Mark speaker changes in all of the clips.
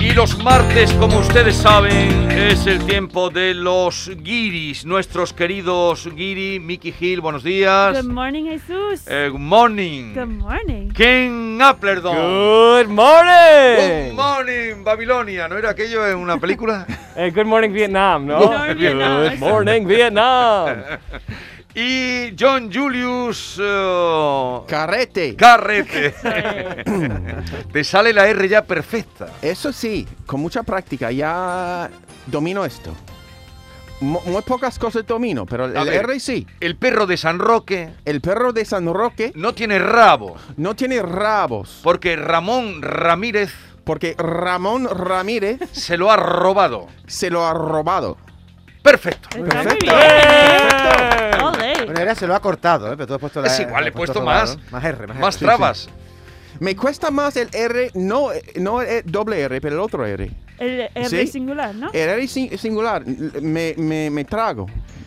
Speaker 1: Y los martes, como ustedes saben, es el tiempo de los guiris, nuestros queridos guiri, Mickey Hill, buenos días.
Speaker 2: Good morning, Jesús.
Speaker 1: Eh, good morning.
Speaker 2: Good morning.
Speaker 1: Ken Applerdon.
Speaker 3: Good
Speaker 1: Good
Speaker 3: morning.
Speaker 1: morning, Babilonia. ¿No era aquello en una película?
Speaker 3: Eh, good morning Vietnam,
Speaker 4: oh,
Speaker 3: ¿no?
Speaker 2: Good morning, Vietnam.
Speaker 3: Good morning Vietnam.
Speaker 1: y John Julius eh,
Speaker 4: Carrete.
Speaker 1: Carrete. Te sale la R ya perfecta.
Speaker 4: Eso sí, con mucha práctica ya domino esto. Mo- muy pocas cosas domino, pero el
Speaker 1: A ver.
Speaker 4: R sí.
Speaker 1: El perro de San Roque
Speaker 4: El perro de San Roque
Speaker 1: no tiene rabo,
Speaker 4: no tiene rabos,
Speaker 1: porque Ramón Ramírez
Speaker 4: porque Ramón Ramírez
Speaker 1: se lo ha robado.
Speaker 4: se lo ha robado.
Speaker 1: Perfecto.
Speaker 2: Está muy
Speaker 4: Perfecto.
Speaker 2: bien.
Speaker 3: Perfecto.
Speaker 2: Ole.
Speaker 5: Bueno, era, se lo ha cortado, ¿eh? pero tú has puesto la
Speaker 1: Es igual, le he
Speaker 5: has
Speaker 1: puesto
Speaker 5: robado,
Speaker 1: más,
Speaker 5: ¿no? Más R, más, R.
Speaker 1: más
Speaker 5: Sí,
Speaker 1: trabas.
Speaker 5: sí.
Speaker 4: Me cuesta más el R, no, eh, no el doble R, pero el otro R.
Speaker 2: El R
Speaker 4: Sí. Eh,
Speaker 2: singular, ¿no?
Speaker 4: El R sin- singular, l- me, me- me trago.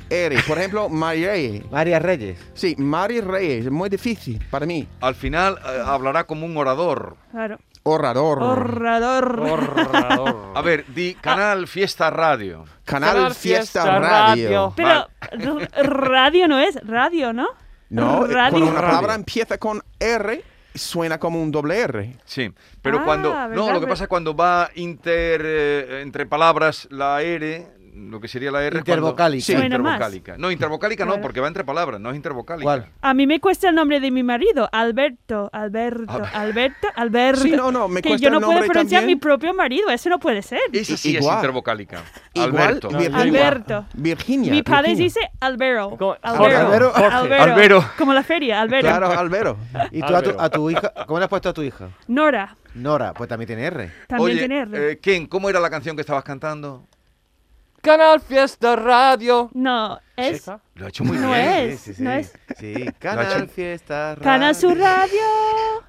Speaker 4: R, por ejemplo, Marie.
Speaker 5: María Reyes.
Speaker 4: Sí, Mari Reyes, es muy difícil para mí.
Speaker 1: Al final eh, hablará como un orador.
Speaker 2: Claro.
Speaker 4: Horrador.
Speaker 2: Horrador.
Speaker 1: A ver, di
Speaker 2: Ah.
Speaker 1: Canal Fiesta Radio.
Speaker 4: Canal, Fiesta, Radio.
Speaker 2: Pero r- radio no es, radio, ¿no?
Speaker 4: No, eh,
Speaker 2: radio.
Speaker 4: cuando una palabra empieza con R, suena como un doble R.
Speaker 1: Sí, pero
Speaker 2: Ah,
Speaker 1: cuando... no,
Speaker 2: ¿verdad?
Speaker 1: lo que pasa es cuando va inter, eh, entre palabras la R, lo que sería la R... es cuando-
Speaker 5: Intervocálica.
Speaker 1: Sí,
Speaker 2: Suena más.
Speaker 1: intervocálica. No, intervocálica no,
Speaker 2: Claro.
Speaker 1: porque va entre palabras, no es intervocálica.
Speaker 5: ¿Cuál?
Speaker 2: A mí me cuesta el nombre de mi marido, Alberto, Alberto,
Speaker 1: Ah.
Speaker 2: Alberto, Alberto.
Speaker 4: Sí, no, no, me
Speaker 2: que
Speaker 4: cuesta
Speaker 2: yo no
Speaker 4: el
Speaker 2: puedo
Speaker 4: nombre
Speaker 2: pronunciar mi
Speaker 4: también.
Speaker 2: propio marido, eso no puede ser.
Speaker 1: Esa sí es
Speaker 4: Igual.
Speaker 1: intervocálica.
Speaker 4: Igual,
Speaker 1: Alberto.
Speaker 4: Vir-
Speaker 2: Alberto.
Speaker 4: Virginia.
Speaker 2: Mi padre
Speaker 4: Virginia.
Speaker 2: dice Albero.
Speaker 3: ¿Cómo?
Speaker 2: Albero.
Speaker 5: Albero.
Speaker 3: Jorge.
Speaker 1: Albero.
Speaker 2: Como la feria, Albero.
Speaker 4: Claro, Albero.
Speaker 5: ¿Y tú a tu,
Speaker 3: Álvaro.
Speaker 5: a tu hija? ¿Cómo le has puesto a tu hija?
Speaker 2: Nora,
Speaker 5: Nora, pues también tiene R.
Speaker 2: también
Speaker 1: Oye,
Speaker 2: tiene R.
Speaker 1: eh, Ken, ¿cómo era la canción que estabas cantando?
Speaker 3: Canal Fiesta Radio.
Speaker 2: no, es...
Speaker 3: ¿Esa?
Speaker 1: Lo ha hecho muy
Speaker 2: No
Speaker 1: bien.
Speaker 2: es, no es.
Speaker 5: Sí, Canal
Speaker 1: hecho-
Speaker 5: Fiesta Radio.
Speaker 2: Canal Sur Radio. No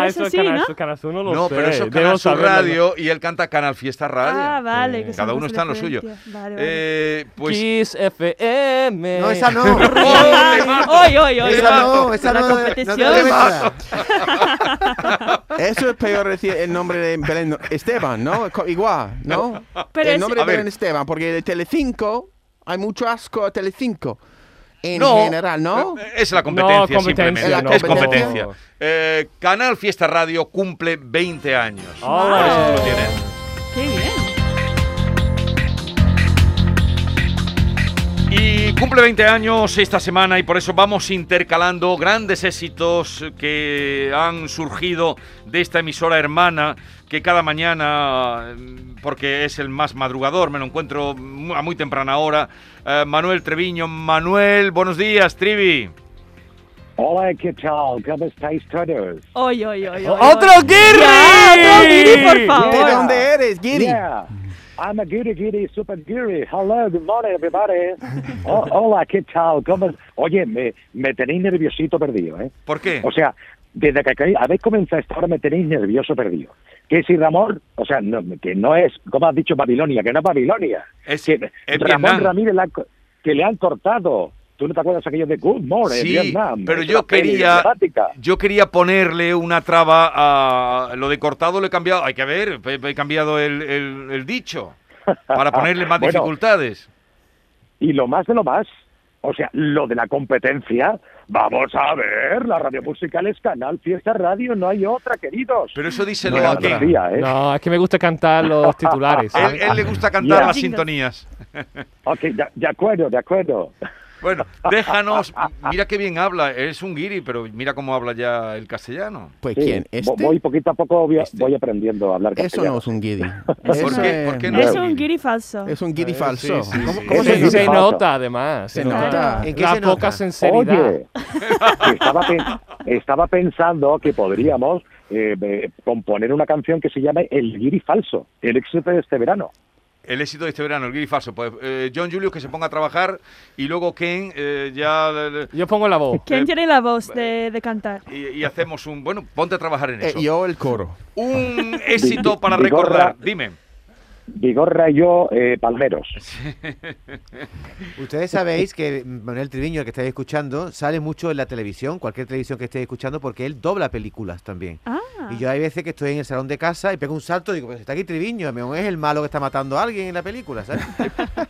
Speaker 3: Ah,
Speaker 2: es
Speaker 3: eso es
Speaker 2: así,
Speaker 3: Canal
Speaker 2: ¿no?
Speaker 3: Sur, Canal Sur no lo
Speaker 1: No,
Speaker 3: sé.
Speaker 1: pero eso es
Speaker 3: Debo
Speaker 1: Canal Sur
Speaker 3: saberlo.
Speaker 1: Radio y él canta Canal Fiesta Radio.
Speaker 2: Ah, vale.
Speaker 3: Sí.
Speaker 2: que son
Speaker 1: Eh, Cada uno
Speaker 2: cosas
Speaker 1: está en lo suyo.
Speaker 2: diferentes. Vale, vale.
Speaker 1: Eh, pues
Speaker 3: Kiss FM.
Speaker 5: No, esa no.
Speaker 1: ¡Oh, temazo!
Speaker 2: Hoy, hoy, hoy.
Speaker 1: Esa
Speaker 5: esa no, esa
Speaker 2: Una
Speaker 5: no. no te
Speaker 2: competición.
Speaker 5: debe entrar.
Speaker 4: Eso es peor decir el nombre de Belén Esteban, ¿no? Co- Igual, ¿no?
Speaker 2: Pero
Speaker 4: el
Speaker 2: es-
Speaker 4: nombre
Speaker 1: A
Speaker 4: de
Speaker 1: ver.
Speaker 4: Belén Esteban, porque de Telecinco hay mucho asco a Telecinco. En
Speaker 1: No.
Speaker 4: general, ¿no?
Speaker 1: Es la competencia,
Speaker 3: No,
Speaker 1: simplemente.
Speaker 3: competencia,
Speaker 4: no.
Speaker 1: Es competencia.
Speaker 3: No.
Speaker 1: Eh, Canal Fiesta Radio cumple 20 años.
Speaker 3: Ole.
Speaker 1: Por eso lo tiene.
Speaker 2: Qué bien.
Speaker 1: Y cumple 20 años esta semana y por eso vamos intercalando grandes éxitos que han surgido de esta emisora hermana que cada mañana, mm, porque es el más madrugador, me lo encuentro mu- a muy temprana hora, eh, Manuel Treviño. Manuel, buenos días, Trivi.
Speaker 6: Hola, ¿qué tal? ¿Cómo estáis todos?
Speaker 2: Hoy, hoy, hoy. hoy,
Speaker 3: ¡Otro
Speaker 2: hoy.
Speaker 3: Guirri!
Speaker 2: Ya, ¡Otro Guiri, por
Speaker 4: ¿De
Speaker 2: favor!
Speaker 4: dónde eres, Giri?
Speaker 6: Yeah, I'm a giri giri super giri. Hello, good morning, everybody. Oh, hola, ¿qué tal? ¿Cómo es- Oye, me, me tenéis nerviosito perdido, ¿eh?
Speaker 1: ¿Por qué?
Speaker 6: O sea, desde que acabéis- habéis comenzado esta hora me tenéis nervioso perdido. Que si Ramón, o sea, no, que no es, como has dicho, Babilonia, que no es Babilonia.
Speaker 1: Es-
Speaker 6: que
Speaker 1: es
Speaker 6: Ramón
Speaker 1: Vietnam.
Speaker 6: Ramírez la han co- que le han cortado. ¿Tú no te acuerdas aquello de Good Morning,
Speaker 1: Sí,
Speaker 6: Vietnam?
Speaker 1: pero
Speaker 6: Es
Speaker 1: yo
Speaker 6: una peli
Speaker 1: quería,
Speaker 6: dramática.
Speaker 1: yo quería ponerle una traba a lo de cortado. Lo he cambiado, hay que ver, he, he cambiado el, el- el dicho para ponerle más
Speaker 6: Bueno.
Speaker 1: dificultades.
Speaker 6: Y lo más de lo más, o sea, lo de la competencia, vamos a ver, la radio musical es Canal Fiesta Radio, no hay otra, queridos.
Speaker 1: Pero eso díselo
Speaker 4: Bueno,
Speaker 1: a
Speaker 4: otra.
Speaker 1: Ken.
Speaker 6: Tía, ¿eh?
Speaker 3: No, es que me gusta cantar los titulares.
Speaker 1: Él,
Speaker 3: ¿sabes?
Speaker 1: él le gusta cantar
Speaker 6: Ya.
Speaker 1: las sintonías.
Speaker 6: Ok, de, de acuerdo, de acuerdo.
Speaker 1: Bueno, déjanos. Mira qué bien habla. Es un guiri, pero mira cómo habla ya el castellano.
Speaker 4: Pues
Speaker 6: Sí,
Speaker 4: quién,
Speaker 6: vo-
Speaker 4: este.
Speaker 6: Voy poquito a poco, voy,
Speaker 4: Este.
Speaker 6: voy aprendiendo a hablar
Speaker 4: Eso
Speaker 6: castellano.
Speaker 4: no es un guiri.
Speaker 2: Eso
Speaker 4: Eso
Speaker 2: no.
Speaker 4: es-
Speaker 1: ¿Por qué no?
Speaker 2: Es un guiri falso.
Speaker 4: Es un guiri
Speaker 1: Eh,
Speaker 4: falso.
Speaker 1: sí, sí, sí.
Speaker 4: cómo
Speaker 3: se,
Speaker 4: se nota?
Speaker 3: se nota, además.
Speaker 4: Se
Speaker 3: se nota.
Speaker 4: nota.
Speaker 5: ¿En qué
Speaker 3: La
Speaker 5: se nota?
Speaker 3: poca sinceridad.
Speaker 6: Oye, que estaba, pen- estaba pensando que podríamos eh, eh, componer una canción que se llame El Guiri Falso, el éxito de este verano.
Speaker 1: el éxito de este verano, el guiri falso. Pues eh, John Julius que se ponga a trabajar y luego Ken eh, ya... le- le-
Speaker 3: Yo pongo la voz.
Speaker 1: Eh,
Speaker 2: ¿Quién tiene la voz de, de cantar?
Speaker 1: Y, y hacemos un... Bueno, ponte a trabajar en
Speaker 4: Eh,
Speaker 1: eso.
Speaker 4: yo el coro.
Speaker 1: Un éxito para
Speaker 6: Vigorra.
Speaker 1: recordar. Dime.
Speaker 6: Vigorra y yo, eh, palmeros.
Speaker 5: Ustedes sabéis que Manuel Triviño, el que estáis escuchando, sale mucho en la televisión, cualquier televisión que estéis escuchando, porque él dobla películas también.
Speaker 2: Ah,
Speaker 5: Y yo hay veces que estoy en el salón de casa y pego un salto y digo, pues está aquí Triviño, a lo mejor es el malo que está matando a alguien en la película, ¿sabes?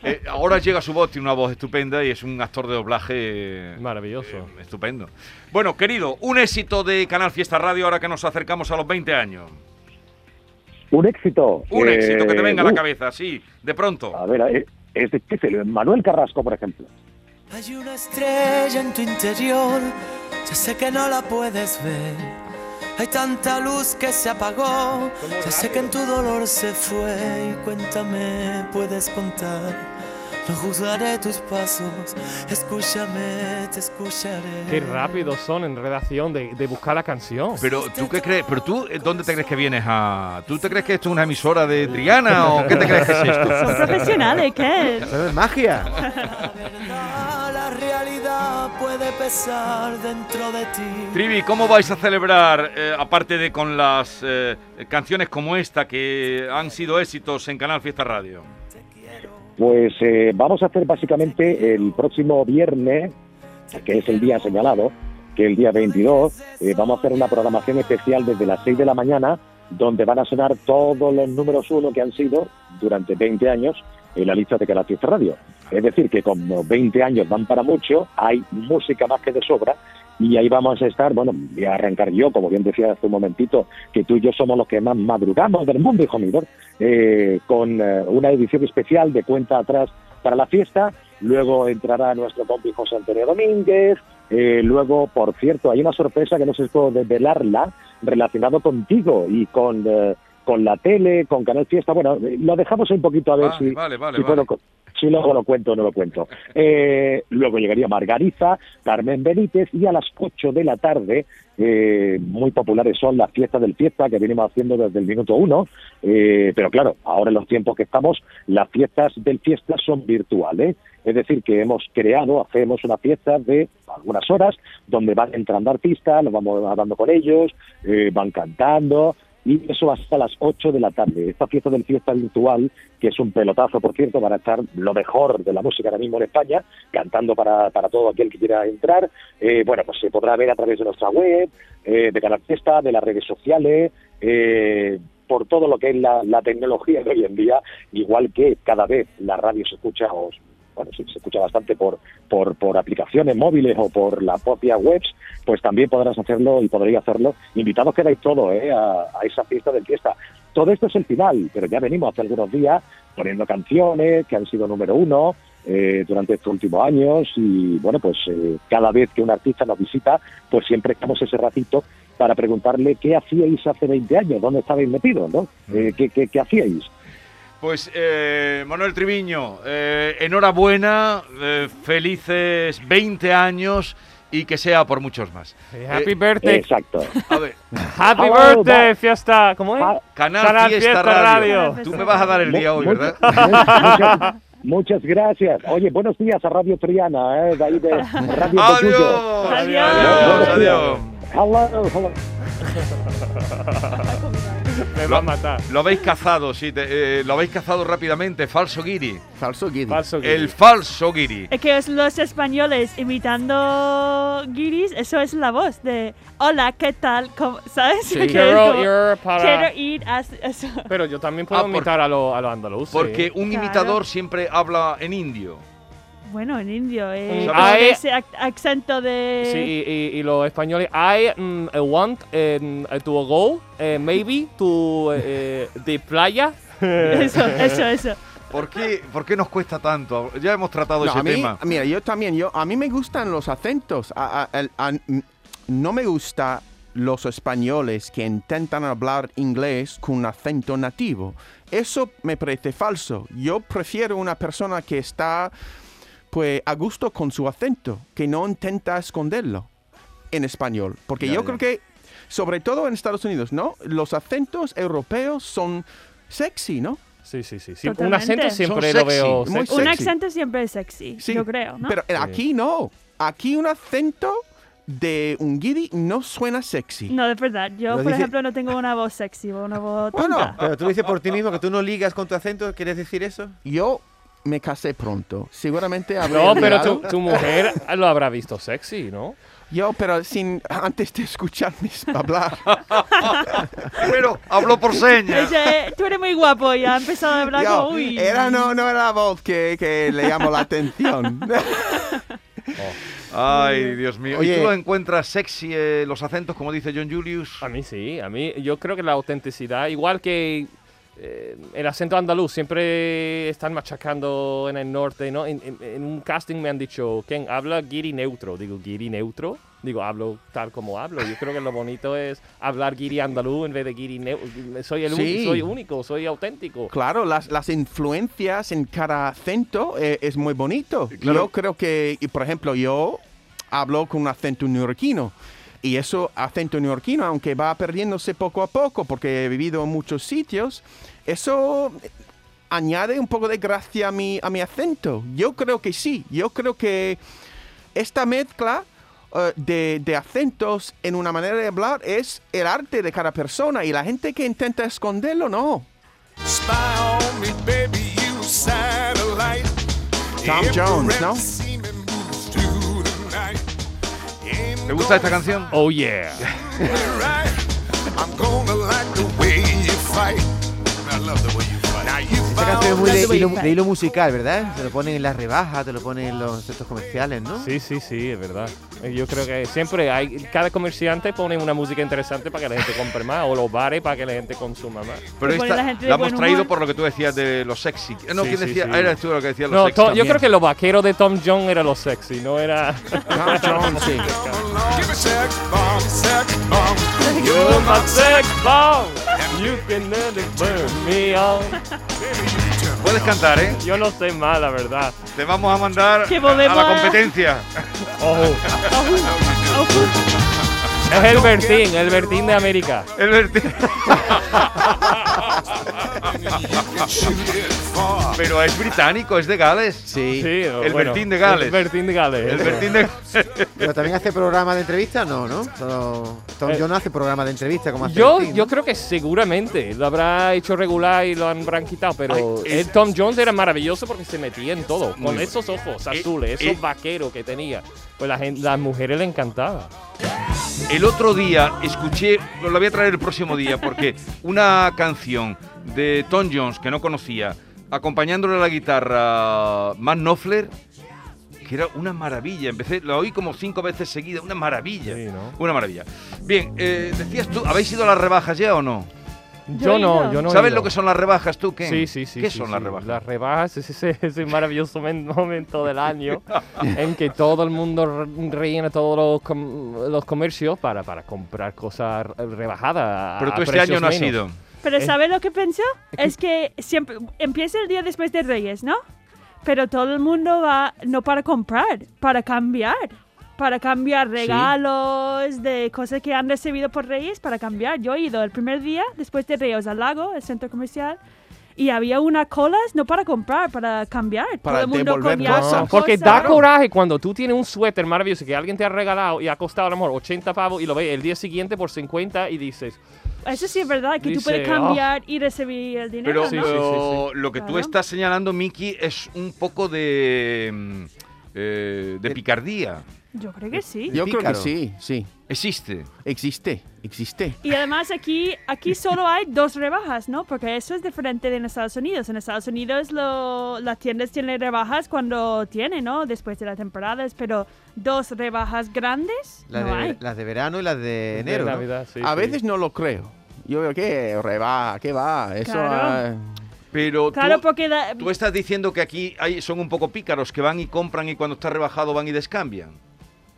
Speaker 1: Eh, ahora llega su voz, tiene una voz estupenda y es un actor de doblaje eh,
Speaker 3: Maravilloso.
Speaker 1: eh, estupendo. Bueno, querido, un éxito de Canal Fiesta Radio ahora que nos acercamos a los 20 años.
Speaker 6: Un éxito.
Speaker 1: Un
Speaker 6: eh,
Speaker 1: éxito que te venga a la
Speaker 6: uh,
Speaker 1: cabeza, sí, de pronto.
Speaker 6: A ver, eh, es difícil. Manuel Carrasco, por ejemplo.
Speaker 7: Hay una estrella en tu interior, ya sé que no la puedes ver. Hay tanta luz que se apagó, ya sé que en tu dolor se fue. Y cuéntame, puedes contar. No juzgaré tus pasos, escúchame, te escucharé.
Speaker 3: Qué rápido son en redacción de, de buscar la canción.
Speaker 1: Pero tú qué crees, pero tú eh, ¿dónde te crees que vienes a? ¿Tú te crees que esto es una emisora de Triana o qué te crees que es
Speaker 2: son
Speaker 1: esto?
Speaker 2: profesionales, ¿qué?
Speaker 5: Eso es magia.
Speaker 7: La verdad, la realidad puede pesar dentro de ti.
Speaker 1: Trivi, ¿cómo vais a celebrar, eh, aparte de con las eh, canciones como esta que han sido éxitos en Canal Fiesta Radio?
Speaker 6: Pues eh, vamos a hacer básicamente el próximo viernes, que es el día señalado, que el día 22, eh, vamos a hacer una programación especial desde las 6 de la mañana, donde van a sonar todos los números uno que han sido durante 20 años en la lista de Canal Fiesta Radio. Es decir, que como 20 años van para mucho, hay música más que de sobra. Y ahí vamos a estar, bueno, voy a arrancar yo, como bien decía hace un momentito, que tú y yo somos los que más madrugamos del mundo, hijo mío eh, con eh, una edición especial de cuenta atrás para la fiesta. Luego entrará nuestro compi José Antonio Domínguez. Eh, luego, por cierto, hay una sorpresa que no sé si puedo desvelarla relacionado contigo y con, eh, con la tele, con Canal Fiesta. Bueno, eh, lo dejamos un poquito a ver
Speaker 1: Vale,
Speaker 6: si,
Speaker 1: vale, vale,
Speaker 6: si,
Speaker 1: vale.
Speaker 6: puedo co- si luego lo cuento o no lo cuento. Eh, luego llegaría Margariza, Carmen Benítez y a las 8 de la tarde, eh, muy populares son las fiestas del fiesta que venimos haciendo desde el minuto 1, eh, pero claro, ahora en los tiempos que estamos, las fiestas del fiesta son virtuales. Es decir, que hemos creado, hacemos una fiesta de algunas horas donde van entrando artistas, nos vamos hablando con ellos, eh, van cantando, y eso hasta las 8 de la tarde. Esta fiesta del fiesta virtual, que es un pelotazo, por cierto, para estar lo mejor de la música ahora mismo en España, cantando para, para todo aquel que quiera entrar. Eh, bueno, pues se podrá ver a través de nuestra web, eh, de Canal Fiesta, de las redes sociales, eh, por todo lo que es la, la tecnología de hoy en día, igual que cada vez la radio se escucha o bueno, se, se escucha bastante por, por, por aplicaciones móviles o por la propia web, pues también podrás hacerlo y podréis hacerlo. Invitados quedáis todos ¿eh? a, a esa fiesta de fiesta. Todo esto es el final, pero ya venimos hace algunos días poniendo canciones que han sido número uno eh, durante estos últimos años y bueno, pues eh, cada vez que un artista nos visita, pues siempre estamos ese ratito para preguntarle qué hacíais hace 20 años, dónde estabais metidos, ¿no?
Speaker 8: Mm.
Speaker 6: Eh, ¿qué- qué, ¿Qué hacíais?
Speaker 1: Pues eh, Manuel Triviño, eh, enhorabuena, eh, felices 20 años y que sea por muchos más.
Speaker 3: Eh, Happy
Speaker 1: Eh,
Speaker 3: birthday.
Speaker 6: Exacto.
Speaker 1: A ver,
Speaker 3: Happy
Speaker 6: Hello,
Speaker 3: birthday,
Speaker 6: bye.
Speaker 3: fiesta. ¿Cómo es?
Speaker 6: Ah,
Speaker 1: Canal,
Speaker 3: Canal
Speaker 1: Fiesta,
Speaker 3: Fiesta
Speaker 1: Radio.
Speaker 2: Radio.
Speaker 1: Tú me vas a dar el
Speaker 6: Mu-
Speaker 1: día hoy,
Speaker 6: mu-
Speaker 1: ¿verdad?
Speaker 6: mu- Muchas, muchas gracias. Oye, buenos días a Radio Triana, ¿eh? de ahí de Radio Cotillo.
Speaker 1: Adiós,
Speaker 2: Adiós.
Speaker 1: adiós, adiós.
Speaker 6: Hello, hello.
Speaker 3: Me va a matar.
Speaker 1: Lo habéis cazado, sí, te- eh, lo habéis cazado rápidamente. Falso guiri.
Speaker 4: Falso guiri.
Speaker 3: Falso que-
Speaker 1: El falso guiri.
Speaker 2: Es que es los españoles imitando guiris, eso es la voz de hola, ¿qué tal? ¿Cómo-" ¿Sabes?
Speaker 3: Sí.
Speaker 2: Que es
Speaker 3: Quiero
Speaker 2: como,
Speaker 3: ir para-
Speaker 2: "Quiero ir a- eso".
Speaker 3: Pero yo también puedo
Speaker 1: Ah, por-
Speaker 3: imitar a los a los andaluces.
Speaker 1: Porque un
Speaker 2: Claro.
Speaker 1: imitador siempre habla en indio.
Speaker 2: Bueno, en indio, eh,
Speaker 3: Mm,
Speaker 2: como
Speaker 3: ahí-
Speaker 2: de ese ac- acento de...
Speaker 3: Sí, y, y- y los españoles. I, mm, I want em, to go, eh, maybe, to eh, the playa.
Speaker 2: Eso, eso, eso.
Speaker 1: ¿Por qué, ¿Por qué nos cuesta tanto? Ya hemos tratado
Speaker 4: No,
Speaker 1: ese
Speaker 4: a mí,
Speaker 1: tema.
Speaker 4: mira, yo también, yo, a mí me gustan los acentos. A- a- el- a- n- no me gusta los españoles que intentan hablar inglés con un acento nativo. Eso me parece falso. Yo prefiero una persona que está pues a gusto con su acento, que no intenta esconderlo en español. Porque
Speaker 5: Ya,
Speaker 4: yo
Speaker 5: ya.
Speaker 4: creo que, sobre todo en Estados Unidos, ¿no? Los acentos europeos son sexy, ¿no?
Speaker 3: Sí, sí, sí. sí. Un
Speaker 2: Totalmente.
Speaker 3: acento
Speaker 2: Son
Speaker 3: siempre lo
Speaker 1: sexy,
Speaker 3: veo.
Speaker 4: muy
Speaker 3: sexy.
Speaker 2: Un
Speaker 4: sexy.
Speaker 2: acento siempre es sexy,
Speaker 4: Sí,
Speaker 2: yo creo, ¿no?
Speaker 4: Pero eh, aquí no. Aquí un acento de un guiri no suena sexy.
Speaker 2: no, de verdad. Yo,
Speaker 5: Lo
Speaker 2: por
Speaker 5: dice-
Speaker 2: ejemplo, no tengo una voz sexy o una voz
Speaker 4: Bueno,
Speaker 2: tonta.
Speaker 5: Pero tú dices por ti mismo que tú no ligas con tu acento, ¿quieres decir eso?
Speaker 4: Yo me casé pronto. Seguramente habré
Speaker 3: No, pero
Speaker 4: olvidado.
Speaker 3: tu, tu mujer lo habrá visto sexy, ¿no?
Speaker 4: Yo, pero sin antes de escucharme hablar.
Speaker 1: Pero habló por señas.
Speaker 2: Ella, eh, tú eres muy guapo y ha empezado a hablar
Speaker 4: Yo,
Speaker 2: como, uy.
Speaker 4: era no, no era la voz que, que le llamó la atención.
Speaker 1: Ay, Dios mío. ¿Y
Speaker 4: Oye.
Speaker 1: tú lo encuentras sexy eh, los acentos, como dice John Julius?
Speaker 2: Ah,
Speaker 3: A mí sí, a mí yo creo que la autenticidad, igual que eh, el acento andaluz, siempre están machacando en el norte, ¿no? En, en- en un casting me han dicho, ¿quién habla guiri neutro? Digo, guiri neutro. Digo, hablo tal como hablo. Yo creo que lo bonito es hablar guiri andaluz en vez de guiri neutro. Soy, el uni-
Speaker 4: Sí.
Speaker 3: soy único, soy auténtico.
Speaker 4: Claro, las, las influencias en cada acento eh, es muy bonito.
Speaker 1: Claro.
Speaker 4: Yo creo que, y por ejemplo, yo hablo con un acento neoyorquino. Y eso, acento neoyorquino, aunque va perdiéndose poco a poco, porque he vivido en muchos sitios, eso añade un poco de gracia a mi, a mi acento. Yo creo que sí. Yo creo que esta mezcla eh, de, de acentos en una manera de hablar es el arte de cada persona. Y la gente que intenta esconderlo, no.
Speaker 9: Spy on me, baby, you satellite.
Speaker 4: Tom Jones,
Speaker 9: Infrared
Speaker 4: ¿no?
Speaker 9: seeming moves to the night. Ain't
Speaker 1: ¿Te gusta esta
Speaker 9: gonna
Speaker 1: canción?
Speaker 3: Oh yeah.
Speaker 9: be right. I'm gonna like the way you fight. I love the way you fight. Now you
Speaker 5: Esta canción es muy
Speaker 9: found
Speaker 5: de hilo,
Speaker 9: that-
Speaker 5: de hilo musical, ¿verdad? Te lo ponen en las rebajas, te lo ponen en los centros comerciales, ¿no?
Speaker 3: Sí, sí, sí, es verdad. Eh, Yo creo que siempre hay, cada comerciante pone una música interesante para que la gente compre más, o los bares para que la gente consuma más.
Speaker 2: Te
Speaker 1: Pero
Speaker 2: pone
Speaker 1: esta
Speaker 2: la
Speaker 1: la,
Speaker 2: gente de buen
Speaker 1: hemos traído
Speaker 2: humor.
Speaker 1: por lo que tú decías de lo sexy. Eh, No,
Speaker 3: Sí,
Speaker 1: ¿quién
Speaker 3: sí,
Speaker 1: decía?
Speaker 3: sí.
Speaker 1: Ah, eras tú lo que decías lo
Speaker 3: No,
Speaker 1: sexy.
Speaker 3: Tom- yo creo que los vaqueros de Tom John era los sexy, no era.
Speaker 4: Tom Jones, sí.
Speaker 9: Give me sex bomb, sex bomb.
Speaker 3: You're my sex bomb. You can never burn me out.
Speaker 1: Puedes cantar, ¿eh?
Speaker 3: Yo no sé más, la verdad.
Speaker 1: Te vamos a mandar
Speaker 2: Que
Speaker 1: a- a
Speaker 2: volvemos
Speaker 1: la
Speaker 2: a-
Speaker 1: competencia.
Speaker 3: Ojo. Es el Bertín, el Bertín de América.
Speaker 1: El verti-
Speaker 9: Shoot it far.
Speaker 1: Pero es británico, es de Gales.
Speaker 3: Sí,
Speaker 1: El Bertín de Gales.
Speaker 3: El Bertín de Gales.
Speaker 1: El Bertín de
Speaker 5: Pero también hace programa de entrevista, no, ¿no? Solo Tom
Speaker 3: Eh,
Speaker 5: Jones hace programa de entrevista, como hace
Speaker 3: Yo,
Speaker 5: Martín,
Speaker 3: yo
Speaker 5: ¿no?
Speaker 3: creo que seguramente lo habrá hecho regular y lo han branquitado, pero
Speaker 1: Ay, es-
Speaker 3: el Tom Jones era maravilloso porque se metía en todo, con
Speaker 1: bueno.
Speaker 3: esos ojos azules,
Speaker 1: eh.
Speaker 3: esos vaqueros que tenía. Pues la gente, las mujeres le encantaba.
Speaker 1: El otro día escuché, lo voy a traer el próximo día, porque una canción de Tom Jones que no conocía, acompañándole a la guitarra Matt Knopfler, que era una maravilla. Empecé, la oí como cinco veces seguida, una maravilla.
Speaker 3: Sí, ¿no?
Speaker 1: Una maravilla. Bien, eh, decías tú, ¿habéis ido a las rebajas ya o no?
Speaker 2: Yo
Speaker 3: Yo
Speaker 2: he
Speaker 3: no,
Speaker 2: ido.
Speaker 3: yo no. he
Speaker 1: ¿Sabes
Speaker 3: ido.
Speaker 1: lo que son las rebajas tú, Ken?
Speaker 3: Sí, sí, sí.
Speaker 1: ¿Qué
Speaker 3: sí,
Speaker 1: son
Speaker 3: sí.
Speaker 1: las rebajas?
Speaker 3: Las rebajas es ese, ese maravilloso men- momento del año en que todo el mundo re- rellena todos los, com- los comercios para, para comprar cosas rebajadas. a-
Speaker 1: Pero tú
Speaker 3: a
Speaker 1: este año
Speaker 3: precios
Speaker 1: no has
Speaker 3: menos.
Speaker 1: ido.
Speaker 2: Pero
Speaker 3: Eh.
Speaker 2: ¿sabes lo que pensó? Es que siempre empieza el día después de Reyes, ¿no? Pero todo el mundo va no para comprar, para cambiar. Para cambiar regalos de cosas que han recibido por Reyes, para cambiar. Yo he ido el primer día después de Reyes al lago, el centro comercial, y había unas colas no para comprar, para cambiar.
Speaker 4: Para
Speaker 2: todo el mundo con
Speaker 4: devolver
Speaker 3: No,
Speaker 2: ya
Speaker 4: cosas.
Speaker 2: su
Speaker 3: porque
Speaker 2: cosa.
Speaker 3: da coraje cuando tú tienes un suéter maravilloso que alguien te ha regalado y ha costado a lo mejor 80 pavos y lo ves el día siguiente por 50 y dices,
Speaker 2: Eso sí es verdad, que tú puedes
Speaker 3: Dice, "Oh".
Speaker 2: cambiar y recibir el dinero,
Speaker 1: Pero
Speaker 3: Sí,
Speaker 2: ¿no?
Speaker 3: sí, sí,
Speaker 1: pero lo que tú
Speaker 2: Claro.
Speaker 1: estás señalando, Miki, es un poco de, mm, eh, de picardía.
Speaker 2: Yo creo que sí.
Speaker 4: Yo creo que
Speaker 5: Pícaro.
Speaker 4: sí, sí.
Speaker 1: Existe.
Speaker 4: Existe, existe.
Speaker 2: Y además aquí, aquí solo hay dos rebajas, ¿no? Porque eso es diferente de en Estados Unidos. En Estados Unidos lo- las tiendas tienen rebajas cuando tienen, ¿no? Después de las temporadas, pero dos rebajas grandes
Speaker 5: Las,
Speaker 2: no
Speaker 5: de,
Speaker 2: hay.
Speaker 5: las de verano y las de
Speaker 3: "De
Speaker 5: enero. ¿no?
Speaker 3: Navidad, sí,
Speaker 4: A
Speaker 3: sí".
Speaker 4: veces no lo creo. Yo veo que reba, que va, eso.
Speaker 2: Claro.
Speaker 4: ah,
Speaker 1: Pero
Speaker 2: Claro,
Speaker 1: tú,
Speaker 2: porque da-
Speaker 1: tú estás diciendo que aquí hay, son un poco pícaros, que van y compran y cuando está rebajado van y descambian.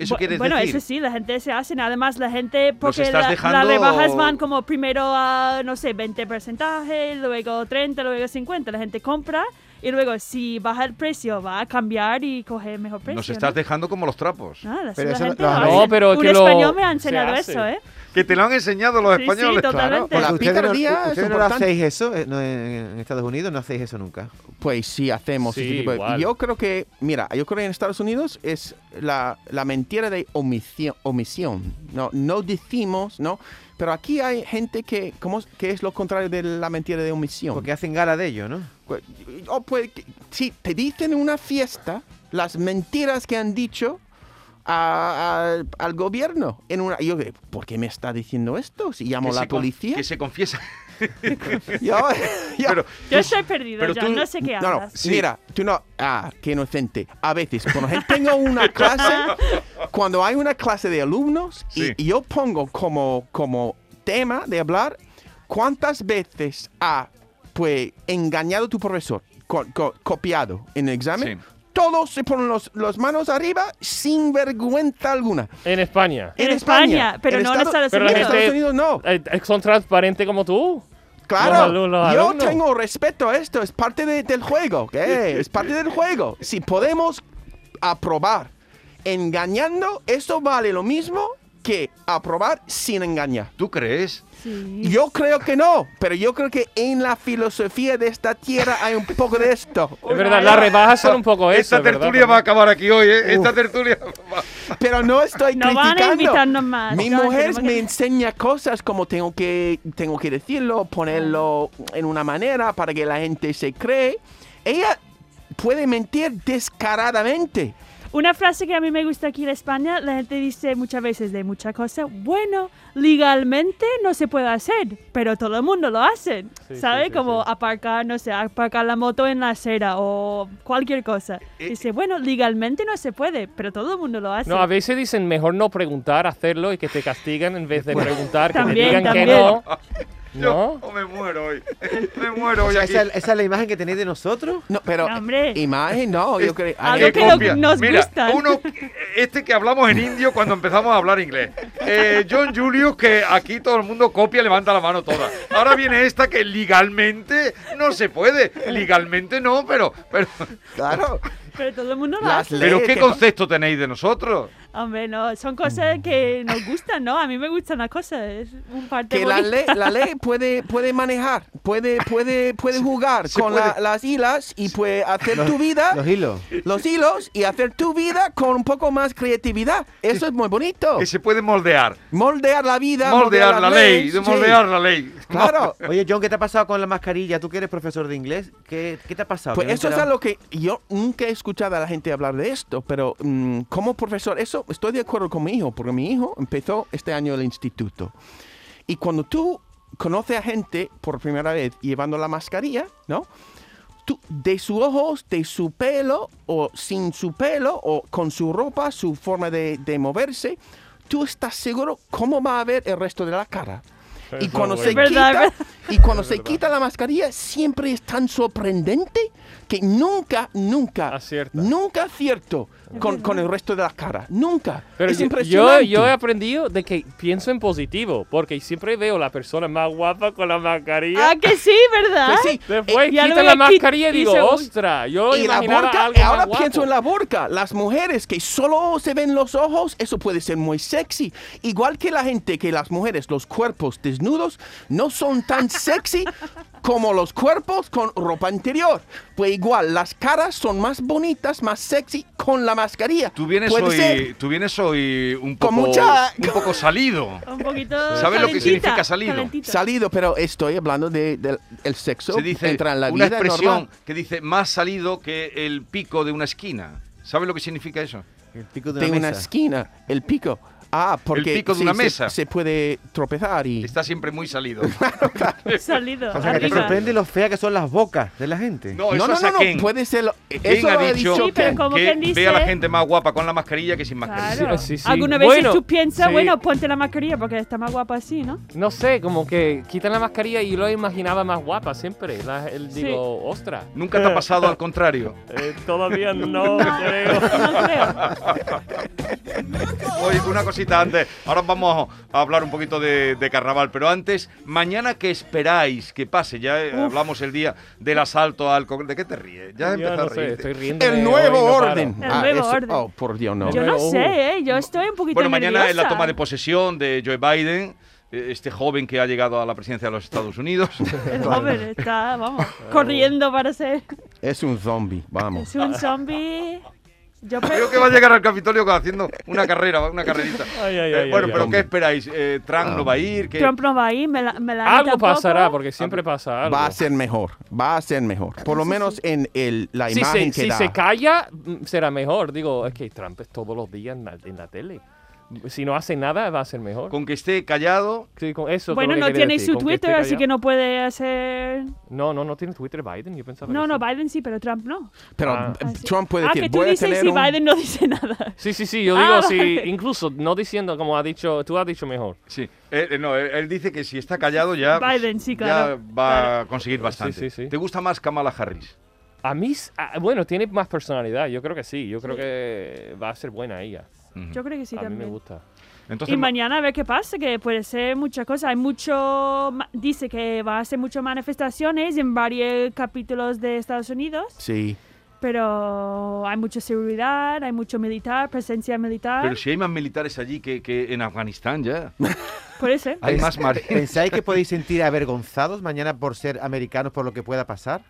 Speaker 1: ¿Eso
Speaker 2: Bu-
Speaker 1: quieres
Speaker 2: bueno,
Speaker 1: decir?
Speaker 2: eso sí, la gente se hace. Además, la gente, porque
Speaker 1: estás
Speaker 2: la- las
Speaker 1: dejando-
Speaker 2: rebajas van como primero a, no sé, 20%, luego 30, luego 50. La gente compra Y luego, si baja el precio, va a cambiar y coge mejor precio.
Speaker 1: Nos estás dejando como los trapos.
Speaker 2: ¿no? Ah, la-
Speaker 5: Pero
Speaker 2: la
Speaker 5: eso
Speaker 2: gente
Speaker 5: lo-
Speaker 2: va a
Speaker 5: no,
Speaker 2: hacer-
Speaker 3: pero es
Speaker 2: Un
Speaker 3: que lo-
Speaker 2: español me ha
Speaker 3: se
Speaker 2: enseñado
Speaker 3: hace.
Speaker 2: eso, ¿eh?
Speaker 1: Que te lo han enseñado los
Speaker 2: Sí, sí,
Speaker 1: españoles, claro.
Speaker 2: totalmente.
Speaker 4: La
Speaker 5: Pues ustedes no,
Speaker 4: picardía es
Speaker 5: ustedes no
Speaker 4: importante.
Speaker 5: hacéis eso eh, no, en, en Estados Unidos, no hacéis eso nunca.
Speaker 4: Pues sí, hacemos
Speaker 3: Sí,
Speaker 4: ese tipo de-
Speaker 3: igual.
Speaker 4: Yo creo que, mira, yo creo que en Estados Unidos es la, la mentira de omisión. omisión ¿no? no decimos, ¿no? Pero aquí hay gente que, ¿cómo, es- que es lo contrario de la mentira de omisión.
Speaker 5: Porque hacen gala de ello, ¿no?
Speaker 4: Pues, O puede que- si te dicen en una fiesta las mentiras que han dicho a- a- al gobierno. En una, y yo, de, ¿por qué me está diciendo esto? Si llamo
Speaker 1: Que
Speaker 4: a la
Speaker 1: se con-
Speaker 4: policía.
Speaker 1: Que se confiesa.
Speaker 4: Yo- yo-
Speaker 1: Pero
Speaker 2: Yo estoy perdido
Speaker 1: pero
Speaker 2: ya,
Speaker 1: tú-
Speaker 2: no sé qué
Speaker 4: no, no,
Speaker 2: hablas.
Speaker 4: mira, tú no. Ah, qué inocente. A veces, por ejemplo, tengo una clase, cuando hay una clase de alumnos y-
Speaker 1: Sí.
Speaker 4: y, yo pongo como, como tema de hablar cuántas veces ha pues, engañado tu profesor, co- co- copiado en el examen.
Speaker 1: Sí.
Speaker 4: Todos se ponen las los manos arriba sin vergüenza alguna.
Speaker 3: En España.
Speaker 2: En España, pero
Speaker 4: en
Speaker 2: no en Estados
Speaker 3: Pero la
Speaker 4: en
Speaker 3: gente-
Speaker 4: Estados Unidos no.
Speaker 3: Eh, eh, ¿Son transparentes como tú?
Speaker 4: Claro,
Speaker 3: Los alu- los
Speaker 4: yo
Speaker 3: alumnos.
Speaker 4: tengo respeto a esto, es parte de- del juego, ¿qué? es parte del juego. Si podemos aprobar engañando, eso vale lo mismo que aprobar sin engañar.
Speaker 1: ¿Tú crees?
Speaker 2: Sí.
Speaker 4: Yo creo que no, pero yo creo que en la filosofía de esta tierra hay un poco de esto.
Speaker 3: Es verdad, las rebajas son un poco eso.
Speaker 1: Esta
Speaker 3: es verdad,
Speaker 1: tertulia va a
Speaker 3: también.
Speaker 1: acabar aquí hoy, ¿eh? Esta tertulia. va-
Speaker 4: Pero no estoy
Speaker 2: No van a
Speaker 4: criticando.
Speaker 2: invitarnos más.
Speaker 4: Mi
Speaker 2: Ah, No,
Speaker 4: mujer
Speaker 2: tenemos
Speaker 4: me
Speaker 2: que-
Speaker 4: enseña cosas como tengo que, tengo que decirlo, ponerlo
Speaker 2: Ah.
Speaker 4: en una manera para que la gente se cree. Ella puede mentir descaradamente.
Speaker 2: Una frase que a mí me gusta aquí en España, la gente dice muchas veces de muchas cosas, bueno, legalmente no se puede hacer, pero todo el mundo lo hace,
Speaker 3: Sí,
Speaker 2: ¿sabe?
Speaker 3: sí, sí,
Speaker 2: Como
Speaker 3: sí.
Speaker 2: aparcar, no sé, aparcar la moto en la acera o cualquier cosa.
Speaker 4: Eh,
Speaker 2: Dice, bueno, legalmente no se puede, pero todo el mundo lo hace.
Speaker 3: No, a veces dicen mejor no preguntar, hacerlo y que te castigan en vez de preguntar, que
Speaker 2: También,
Speaker 3: te digan que
Speaker 2: también.
Speaker 3: no.
Speaker 1: Yo
Speaker 3: ¿No?
Speaker 1: me muero hoy. Me muero
Speaker 5: O
Speaker 1: hoy
Speaker 5: sea,
Speaker 1: aquí.
Speaker 5: esa, esa es la imagen que tenéis de nosotros.
Speaker 4: No, pero
Speaker 2: No, hombre.
Speaker 4: imagen no, yo creo.
Speaker 2: Algo
Speaker 4: Ay,
Speaker 1: Eh,
Speaker 2: que no-
Speaker 1: copia.
Speaker 2: nos
Speaker 1: Mira,
Speaker 2: gustan.
Speaker 1: uno, este que hablamos en indio cuando empezamos a hablar inglés. Eh, John Julius, que aquí todo el mundo copia, levanta la mano toda. Ahora viene esta que legalmente no se puede. Legalmente no, pero. Pero,
Speaker 4: Claro,
Speaker 2: Pero todo el mundo lo
Speaker 4: Las
Speaker 2: hace.
Speaker 4: leyes.
Speaker 1: pero ¿qué
Speaker 4: que-
Speaker 1: concepto tenéis de nosotros?
Speaker 2: Hombre, no, son cosas que nos gustan, ¿no? A mí me gustan las cosas, es un parte
Speaker 4: que la
Speaker 2: bonita.
Speaker 4: ley, la ley puede, puede manejar, puede, puede, puede jugar
Speaker 1: se
Speaker 4: con
Speaker 1: puede.
Speaker 4: la- las hilas y puede hacer tu vida,
Speaker 5: Los hilos.
Speaker 4: los hilos y hacer tu vida con un poco más creatividad. Eso es muy bonito.
Speaker 1: Que se puede moldear.
Speaker 4: Moldear la vida.
Speaker 1: Moldear
Speaker 4: las
Speaker 1: la ley.
Speaker 4: leyes,
Speaker 1: de
Speaker 4: sí.
Speaker 1: Moldear la ley.
Speaker 4: Claro.
Speaker 5: Oye, John, ¿qué te ha pasado con la mascarilla? Tú que eres profesor de inglés, ¿qué, qué te ha pasado?
Speaker 4: Pues
Speaker 5: Que no
Speaker 4: eso
Speaker 5: te
Speaker 4: es
Speaker 5: la-
Speaker 4: algo que yo nunca he escuchado a la gente hablar de esto, pero mm, como profesor, eso estoy de acuerdo con mi hijo, porque mi hijo empezó este año el instituto. Y cuando tú conoces a gente por primera vez llevando la mascarilla, ¿no? Tú, de sus ojos, de su pelo, o sin su pelo, o con su ropa, su forma de, de moverse, tú estás seguro cómo va a ver el resto de la cara. Y
Speaker 3: Es
Speaker 4: cuando,
Speaker 3: muy
Speaker 4: se
Speaker 3: bueno.
Speaker 2: verdad,
Speaker 4: quita,
Speaker 2: verdad.
Speaker 4: y cuando se quita la mascarilla, siempre es tan sorprendente que nunca, nunca,
Speaker 3: Acierta.
Speaker 4: nunca acierto con, con el resto de la cara. Nunca.
Speaker 3: Pero
Speaker 4: es
Speaker 3: yo- yo,
Speaker 4: impresionante.
Speaker 3: yo he aprendido de que pienso en positivo, porque siempre veo la persona más guapa con la mascarilla.
Speaker 2: Ah, que sí, ¿verdad?
Speaker 4: Pues sí,
Speaker 3: Después
Speaker 2: eh, ya lo
Speaker 3: quita
Speaker 2: voy
Speaker 3: la
Speaker 2: a quit-
Speaker 3: mascarilla y
Speaker 2: y
Speaker 3: digo,
Speaker 2: según-
Speaker 3: ostras, yo
Speaker 4: y la
Speaker 3: imaginaba
Speaker 4: burka,
Speaker 3: algo más
Speaker 4: ahora
Speaker 3: guapo".
Speaker 4: pienso en la burka. Las mujeres que solo se ven los ojos, eso puede ser muy sexy. Igual que la gente que las mujeres, los cuerpos desnudos, no son tan sexy como los cuerpos con ropa interior. Pues igual, las caras son más bonitas, más sexy con la mascarilla.
Speaker 1: Tú vienes,
Speaker 4: Puede
Speaker 1: hoy,
Speaker 4: ser.
Speaker 1: tú vienes hoy un
Speaker 4: Con
Speaker 1: poco,
Speaker 4: mucha-
Speaker 1: un poco salido.
Speaker 2: Un poquito
Speaker 1: ¿Sabes lo que
Speaker 2: calentita,
Speaker 1: significa salido?
Speaker 2: calentito.
Speaker 4: Salido, pero estoy hablando de- del el sexo.
Speaker 1: Se dice
Speaker 4: entra en la
Speaker 1: una
Speaker 4: vida
Speaker 1: expresión
Speaker 4: normal.
Speaker 1: que dice más salido que el pico de una esquina. ¿Sabes lo que significa eso?
Speaker 5: El pico de
Speaker 4: de
Speaker 5: una
Speaker 4: una
Speaker 5: mesa.
Speaker 4: esquina, el pico. Ah, porque
Speaker 1: pico de
Speaker 4: sí,
Speaker 1: una
Speaker 4: se-
Speaker 1: mesa.
Speaker 4: Se, puede tropezar y...
Speaker 1: Está siempre muy salido.
Speaker 2: Salido.
Speaker 5: O sea, que te
Speaker 2: arriba.
Speaker 5: sorprende lo fea que son las bocas de la gente.
Speaker 1: No, eso
Speaker 4: No, no,
Speaker 1: es
Speaker 4: no,
Speaker 1: a
Speaker 4: no,
Speaker 1: Ken.
Speaker 4: puede ser. lo-
Speaker 1: Ken
Speaker 4: Eso
Speaker 1: ha
Speaker 4: lo ha
Speaker 1: dicho
Speaker 4: dicho
Speaker 2: Sí, pero
Speaker 4: Ken.
Speaker 2: Como
Speaker 1: que
Speaker 2: quien dice-
Speaker 1: ve a la gente más guapa con la mascarilla que sin mascarilla.
Speaker 2: Claro.
Speaker 3: Sí, sí.
Speaker 2: Algunas veces
Speaker 3: Bueno,
Speaker 2: tú piensas,
Speaker 3: sí.
Speaker 2: bueno, ponte la mascarilla porque está más guapa así, ¿no?
Speaker 3: No sé, como que quitan la mascarilla y yo lo imaginaba más guapa siempre. La- el-
Speaker 2: Sí.
Speaker 3: Digo, ostras.
Speaker 1: Nunca te ha pasado al contrario.
Speaker 3: Eh, todavía no,
Speaker 2: No creo.
Speaker 1: Oye, una cosa cosita antes. Ahora vamos a hablar un poquito de, de carnaval, pero antes, mañana que esperáis que pase, ya eh, hablamos el día del asalto al Congreso. ¿De qué te ríes? Ya has
Speaker 3: Yo
Speaker 1: empezado
Speaker 3: no
Speaker 1: a
Speaker 3: sé,
Speaker 1: reírte.
Speaker 3: estoy riendo.
Speaker 4: El nuevo orden.
Speaker 2: El nuevo
Speaker 4: eso-
Speaker 2: orden.
Speaker 4: Oh, por Dios, no.
Speaker 2: Yo no
Speaker 3: Pero-
Speaker 2: sé, ¿eh? Yo estoy un poquito
Speaker 1: Bueno, mañana es la
Speaker 2: nerviosa.
Speaker 1: toma de posesión de Joe Biden, eh, este joven que ha llegado a la presidencia de los Estados Unidos.
Speaker 2: El joven Eh, está, vamos, corriendo para ser...
Speaker 4: Es un zombie, vamos.
Speaker 2: Es un zombie... Yo pe-
Speaker 1: Creo que va a llegar al Capitolio haciendo una carrera, una carrerita.
Speaker 3: Ay, ay,
Speaker 1: Eh,
Speaker 3: ay,
Speaker 1: bueno,
Speaker 3: ay,
Speaker 1: pero
Speaker 4: ay.
Speaker 1: ¿qué esperáis? Eh, ¿Trump no va a ir? ¿Qué?
Speaker 2: Trump no va a ir, me la, me la
Speaker 3: Algo
Speaker 2: tampoco.
Speaker 3: pasará, porque siempre pasa algo.
Speaker 4: Va a ser mejor, va a ser mejor. Por lo menos en el, la
Speaker 3: si se,
Speaker 4: imagen
Speaker 3: si
Speaker 4: que da.
Speaker 3: se calla, mm, será mejor. Digo, es que Trump es todos los días en la, en la tele. Si no hace nada, va a ser mejor.
Speaker 1: Con que esté callado,
Speaker 3: Sí, con eso es
Speaker 2: Bueno,
Speaker 3: lo que
Speaker 2: no
Speaker 3: quería
Speaker 2: tiene
Speaker 3: decir,
Speaker 2: su
Speaker 3: con esté
Speaker 2: Twitter, así
Speaker 3: callado.
Speaker 2: que no puede hacer...
Speaker 3: No, no, no tiene Twitter Biden, yo pensaba
Speaker 2: No,
Speaker 3: que
Speaker 2: no,
Speaker 3: sí.
Speaker 2: Biden sí, pero Trump no.
Speaker 4: Pero
Speaker 3: Ah.
Speaker 4: eh,
Speaker 2: Así-
Speaker 4: Trump puede
Speaker 2: ah,
Speaker 4: decir,
Speaker 2: que tú
Speaker 4: voy a
Speaker 2: dices
Speaker 4: tener
Speaker 2: si
Speaker 4: un-
Speaker 2: Biden no dice nada.
Speaker 3: Sí, sí, sí, yo
Speaker 2: Ah,
Speaker 3: digo,
Speaker 2: vale.
Speaker 3: sí, incluso no diciendo como ha dicho, tú has dicho mejor.
Speaker 1: sí. Eh, eh, no, él, él dice que si está callado ya,
Speaker 2: Biden, sí, claro,
Speaker 1: ya va a conseguir bastante.
Speaker 3: Sí, sí, sí.
Speaker 1: ¿Te gusta más Kamala Harris?
Speaker 3: A mí, s- a- bueno, tiene más personalidad, yo creo que sí, yo creo que va a ser buena ella.
Speaker 2: Yo creo que sí
Speaker 3: a mí
Speaker 2: también.
Speaker 3: me gusta.
Speaker 1: Entonces,
Speaker 2: Y mañana a ver qué pasa, que puede ser mucha cosa. Hay mucho, ma- dice que va a ser muchas manifestaciones en varios capítulos de Estados Unidos,
Speaker 4: Sí.
Speaker 2: pero hay mucha seguridad, hay mucho militar, presencia militar.
Speaker 1: pero si hay más militares allí que, que en Afganistán ya.
Speaker 2: Puede ser.
Speaker 1: Hay más marines.
Speaker 5: ¿Pensáis que podéis sentir avergonzados mañana por ser americanos por lo que pueda pasar?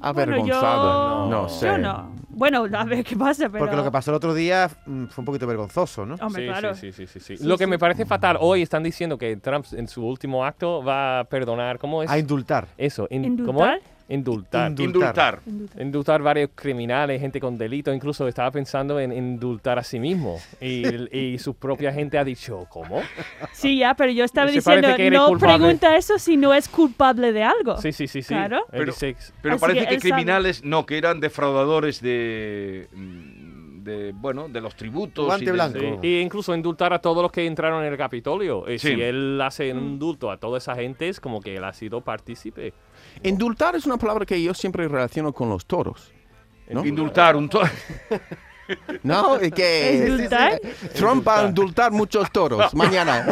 Speaker 4: Avergonzado.
Speaker 2: yo-
Speaker 4: no, sé.
Speaker 2: Yo no. Bueno, a ver qué pasa, pero...
Speaker 5: Porque lo que pasó el otro día mm, fue un poquito vergonzoso, ¿no?
Speaker 2: Hombre,
Speaker 3: sí,
Speaker 2: claro.
Speaker 3: sí, sí, sí, sí, sí. Lo que me parece fatal, hoy están diciendo que Trump en su último acto va a perdonar, ¿cómo es?
Speaker 5: A indultar.
Speaker 3: Eso, in-
Speaker 2: ¿Indultar?
Speaker 3: ¿cómo es? Indultar.
Speaker 5: Indu-
Speaker 1: Indultar.
Speaker 3: Indultar varios criminales, gente con delito, incluso estaba pensando en indultar a sí mismo. Y, y su propia gente ha dicho, ¿cómo?
Speaker 2: Sí, ya, pero yo estaba
Speaker 3: Ese
Speaker 2: diciendo,
Speaker 3: parece que eres
Speaker 2: no
Speaker 3: culpable.
Speaker 2: pregunta eso si no es culpable de algo.
Speaker 3: Sí, sí, sí, sí.
Speaker 2: Claro.
Speaker 3: Él
Speaker 1: Pero-
Speaker 3: dice,
Speaker 1: Pero
Speaker 2: Así
Speaker 1: parece
Speaker 2: que
Speaker 1: que,
Speaker 2: él sabe.
Speaker 1: criminales, no, que eran defraudadores de, mm, de bueno, de los tributos.
Speaker 5: Guante
Speaker 1: y de-
Speaker 5: blanco.
Speaker 3: Sí, Y incluso indultar a todos los que entraron en el Capitolio. Y
Speaker 1: Sí.
Speaker 3: Si él hace
Speaker 2: Mm.
Speaker 3: un indulto a toda esa gente, es como que él ha sido partícipe.
Speaker 4: Indultar es una palabra que yo siempre relaciono con los toros. ¿no?
Speaker 1: Indultar un to-
Speaker 4: No, es que
Speaker 2: ¿Indultar?
Speaker 4: Trump va a indultar muchos toros mañana.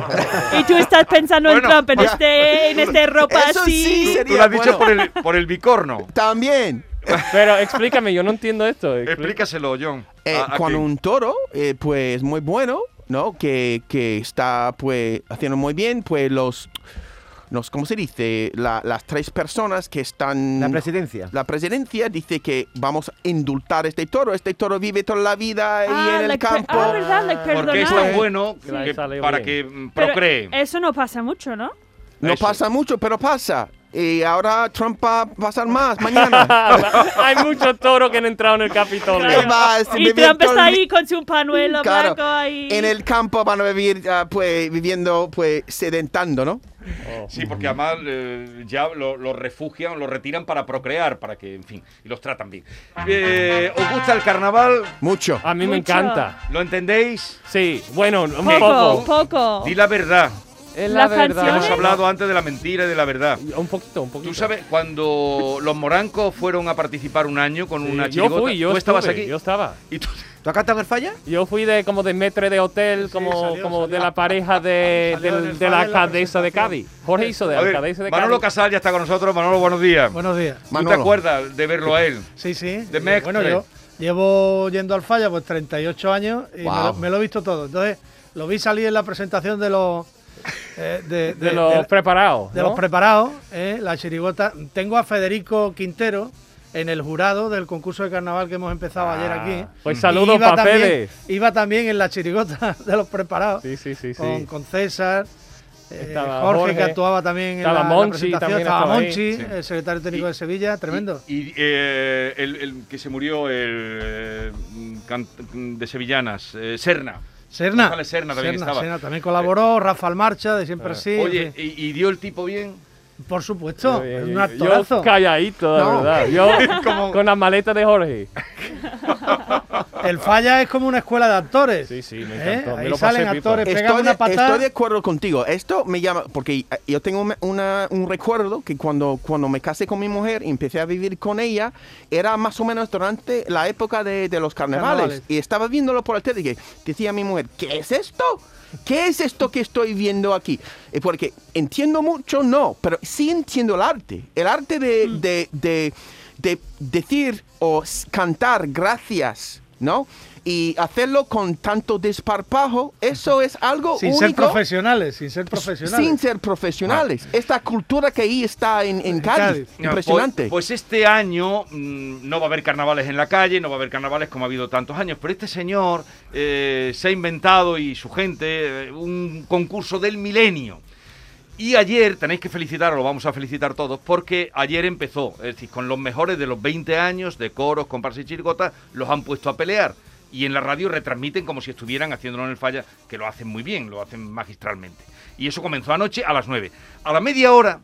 Speaker 2: Y tú estás pensando
Speaker 1: Bueno,
Speaker 2: en Trump, en
Speaker 1: bueno.
Speaker 2: este, en este ropa
Speaker 4: Eso
Speaker 2: así.
Speaker 4: sí
Speaker 1: Tú
Speaker 4: sería
Speaker 1: lo has
Speaker 4: bueno.
Speaker 1: dicho por el, por el bicorno.
Speaker 4: También.
Speaker 3: Pero explícame, yo no entiendo esto. Explí-
Speaker 1: Explícaselo, John.
Speaker 4: Eh,
Speaker 1: a- a
Speaker 4: cuando
Speaker 1: quien-
Speaker 4: un toro, eh, pues muy bueno, ¿no? Que, que está pues haciendo muy bien, pues los, los ¿cómo se dice? La- las tres personas que están...
Speaker 8: Mm.
Speaker 5: La presidencia.
Speaker 4: la presidencia dice que vamos a indultar a este toro. Este toro vive toda la vida
Speaker 2: Ah,
Speaker 4: ahí en el
Speaker 2: like, per-
Speaker 4: campo.
Speaker 2: Ah, verdad, like,
Speaker 1: Porque es
Speaker 2: perdonar.
Speaker 1: tan bueno
Speaker 3: Claro,
Speaker 1: que-
Speaker 3: sale
Speaker 1: para
Speaker 3: bien.
Speaker 1: que mm,
Speaker 2: Pero eh,
Speaker 1: procree.
Speaker 2: Eso no pasa mucho, ¿no?
Speaker 4: No
Speaker 1: Eso.
Speaker 4: pasa mucho, pero pasa. Y ahora Trump va a pasar más mañana.
Speaker 3: Ah, Hay muchos toros que han entrado en el Capitolio.
Speaker 4: Ahí va, se
Speaker 2: Y
Speaker 4: vive
Speaker 2: Trump
Speaker 4: todo el
Speaker 2: está
Speaker 4: día.
Speaker 2: ahí con su panuelo
Speaker 4: Claro.
Speaker 2: blanco ahí.
Speaker 4: En el campo van a vivir, ah, pues, viviendo, pues, sedentando, ¿no?
Speaker 1: Sí, porque además eh, ya lo- los refugian, los retiran para procrear, para que, en fin, y los tratan bien. Eh, ¿Os gusta el carnaval?
Speaker 4: Mucho.
Speaker 3: A mí me
Speaker 2: Mucho.
Speaker 3: encanta.
Speaker 1: ¿Lo entendéis?
Speaker 3: Sí, bueno, un
Speaker 2: Poco,
Speaker 3: poco.
Speaker 2: poco.
Speaker 1: Di la verdad.
Speaker 3: Es
Speaker 2: Las
Speaker 1: Hemos
Speaker 2: canciones.
Speaker 1: hablado antes de la mentira y de la verdad.
Speaker 3: Un poquito, un poquito.
Speaker 1: Tú sabes, cuando los morancos fueron a participar un año con una
Speaker 3: yo
Speaker 1: chirigota,
Speaker 3: fui, yo
Speaker 1: tú estabas
Speaker 3: estuve,
Speaker 1: aquí.
Speaker 3: Yo estaba.
Speaker 1: Y tú-
Speaker 5: ¿Tú has cantado en el falla?
Speaker 3: Yo fui de como de metre de hotel, como, como de la pareja de,
Speaker 8: Salió
Speaker 3: del-
Speaker 8: en el
Speaker 3: de la
Speaker 8: Falla en la
Speaker 3: alcaldesa de Cádiz. Jorge hizo de
Speaker 1: A ver,
Speaker 3: alcaldesa de
Speaker 1: Manolo
Speaker 3: Cádiz.
Speaker 1: Casal ya está con nosotros. Manolo, buenos días.
Speaker 8: Buenos días.
Speaker 1: ¿Tú te
Speaker 4: Manolo.
Speaker 1: acuerdas de verlo a él?
Speaker 8: Sí, sí.
Speaker 1: De
Speaker 8: Eh,
Speaker 1: Mestre.
Speaker 8: bueno, yo llevo yendo al falla pues 38 años y me
Speaker 4: Wow.
Speaker 8: lo- me, lo, he visto todo. Entonces, lo vi salir en la presentación de los eh, de,
Speaker 3: de los
Speaker 8: de-
Speaker 3: preparados.
Speaker 8: de
Speaker 3: ¿no?
Speaker 8: los preparados, eh, la chirigota. Tengo a Federico Quintero en el jurado del concurso de carnaval que hemos empezado ayer
Speaker 5: Ah.
Speaker 8: aquí. ¿eh?
Speaker 3: Pues
Speaker 8: Y
Speaker 3: saludos
Speaker 8: iba
Speaker 3: para
Speaker 8: también-
Speaker 3: Fede.
Speaker 8: Iba también en la chirigota de los preparados.
Speaker 3: Sí, sí, sí, sí.
Speaker 8: Con, con César. eh,
Speaker 3: Estaba
Speaker 8: Jorge,
Speaker 3: Jorge,
Speaker 8: que actuaba también en
Speaker 3: estaba
Speaker 8: la, la
Speaker 3: Monchi,
Speaker 8: presentación,
Speaker 3: también
Speaker 8: estaba,
Speaker 3: estaba ahí.
Speaker 8: Monchi,
Speaker 1: Sí.
Speaker 8: el secretario técnico
Speaker 1: Y-
Speaker 8: de Sevilla, tremendo.
Speaker 1: Y, y, eh, el, el que se murió el, eh, can- de Sevillanas, eh, Serna.
Speaker 8: Serna.
Speaker 1: González Serna también estaba. Eh.
Speaker 8: Serna también colaboró, Rafael Marcha, de siempre sí.
Speaker 1: Oye,
Speaker 8: en fin.
Speaker 1: y, y dio el tipo bien?
Speaker 8: por supuesto,
Speaker 3: Yo-
Speaker 8: es un
Speaker 3: Yo
Speaker 8: actorazo.
Speaker 3: calladito, la
Speaker 4: No.
Speaker 3: verdad. Yo con la maleta de Jorge.
Speaker 8: El falla es como una escuela de actores. Sí,
Speaker 3: sí,
Speaker 4: me
Speaker 8: encantó. Me lo pasé
Speaker 4: salen
Speaker 8: pipa.
Speaker 4: actores,
Speaker 8: Estoy
Speaker 4: pegan
Speaker 8: de-
Speaker 4: una patada.
Speaker 8: estoy
Speaker 4: de acuerdo contigo. Esto me llama, porque eh, yo tengo una- una- un recuerdo que cuando, cuando me casé con mi mujer y empecé a vivir con ella, era más o menos durante la época de, de los carnavales.
Speaker 8: Carnavales.
Speaker 4: Y estaba viéndolo por el tele y dije- decía mi mujer, ¿qué es esto? ¿Qué es esto que estoy viendo aquí? Eh, Porque entiendo mucho, no, pero sí entiendo el arte. El arte de, de- de- de decir o s- cantar gracias, ¿no? Y hacerlo con tanto desparpajo, eso es algo
Speaker 8: Sin ser
Speaker 4: único.
Speaker 8: profesionales, sin
Speaker 1: Pues,
Speaker 8: ser profesionales.
Speaker 4: Sin ser profesionales. Esta cultura que ahí está en, en Cádiz.
Speaker 1: No,
Speaker 4: Impresionante.
Speaker 1: Pues, pues este año mm, no va a haber carnavales en la calle, no va a haber carnavales como ha habido tantos años, pero este señor eh, se ha inventado y su gente eh, un concurso del milenio. Y ayer, tenéis que felicitarlo, lo vamos a felicitar todos, porque ayer empezó, es decir, con los mejores de los 20 años de coros, comparsas y chirigotas, los han puesto a pelear. Y en la radio retransmiten como si estuvieran haciéndolo en el falla, que lo hacen muy bien, lo hacen magistralmente. Y eso comenzó anoche a las 9. A la media hora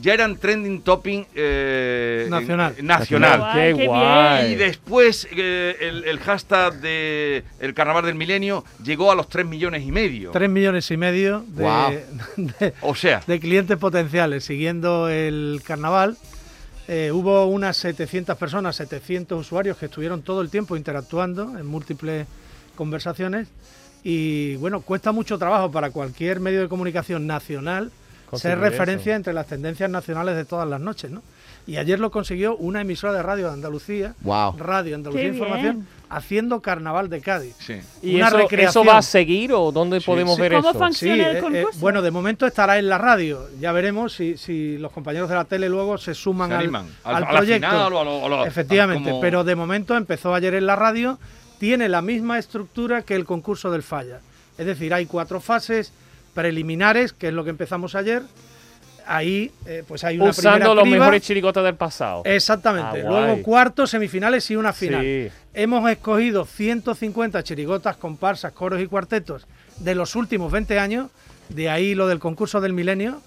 Speaker 1: ya eran trending topping eh,
Speaker 8: Nacional.
Speaker 1: en- nacional.
Speaker 3: Guau, Qué qué guay. bien.
Speaker 1: Y después eh, el, el hashtag de el carnaval del milenio llegó a los 3 millones y medio.
Speaker 8: 3 millones y medio de,
Speaker 1: Guau.
Speaker 8: de-
Speaker 1: O sea,
Speaker 8: de clientes potenciales siguiendo el carnaval. Eh, hubo unas 700 personas, 700 usuarios que estuvieron todo el tiempo interactuando en múltiples conversaciones. Y bueno, cuesta mucho trabajo para cualquier medio de comunicación nacional ser
Speaker 3: Conseguir
Speaker 8: referencia entre las tendencias nacionales de todas las noches, ¿no? Y ayer lo consiguió una emisora de radio de Andalucía,
Speaker 4: Guau.
Speaker 8: Radio Andalucía
Speaker 2: Qué
Speaker 8: Información,
Speaker 2: bien.
Speaker 8: haciendo Carnaval de Cádiz.
Speaker 1: sí.
Speaker 3: ¿Y
Speaker 8: Una
Speaker 3: eso,
Speaker 8: recreación.
Speaker 3: eso va a seguir o dónde podemos
Speaker 8: Sí.
Speaker 3: ver
Speaker 2: ¿Cómo
Speaker 3: eso?
Speaker 2: fan- funciona el
Speaker 8: eh, eh,
Speaker 2: concurso?
Speaker 8: bueno, de momento estará en la radio. Ya veremos si, si los compañeros de la tele luego se suman
Speaker 1: Se
Speaker 8: al,
Speaker 1: animan.
Speaker 8: al
Speaker 1: Al- a la
Speaker 8: proyecto.
Speaker 1: final o a lo- a lo- a
Speaker 8: Efectivamente,
Speaker 1: como-
Speaker 8: pero de momento empezó ayer en la radio. Tiene la misma estructura que el concurso del Falla. Es decir, hay cuatro fases preliminares, que es lo que empezamos ayer. Ahí, eh, pues hay una
Speaker 3: Usando
Speaker 8: primera
Speaker 3: los
Speaker 8: criba.
Speaker 3: mejores chirigotas del pasado.
Speaker 8: Exactamente.
Speaker 3: Ah,
Speaker 8: Luego
Speaker 3: guay.
Speaker 8: cuartos, semifinales y una final.
Speaker 3: Sí.
Speaker 8: Hemos escogido 150 chirigotas, comparsas, coros y cuartetos de los últimos 20 años, de ahí lo del concurso del milenio.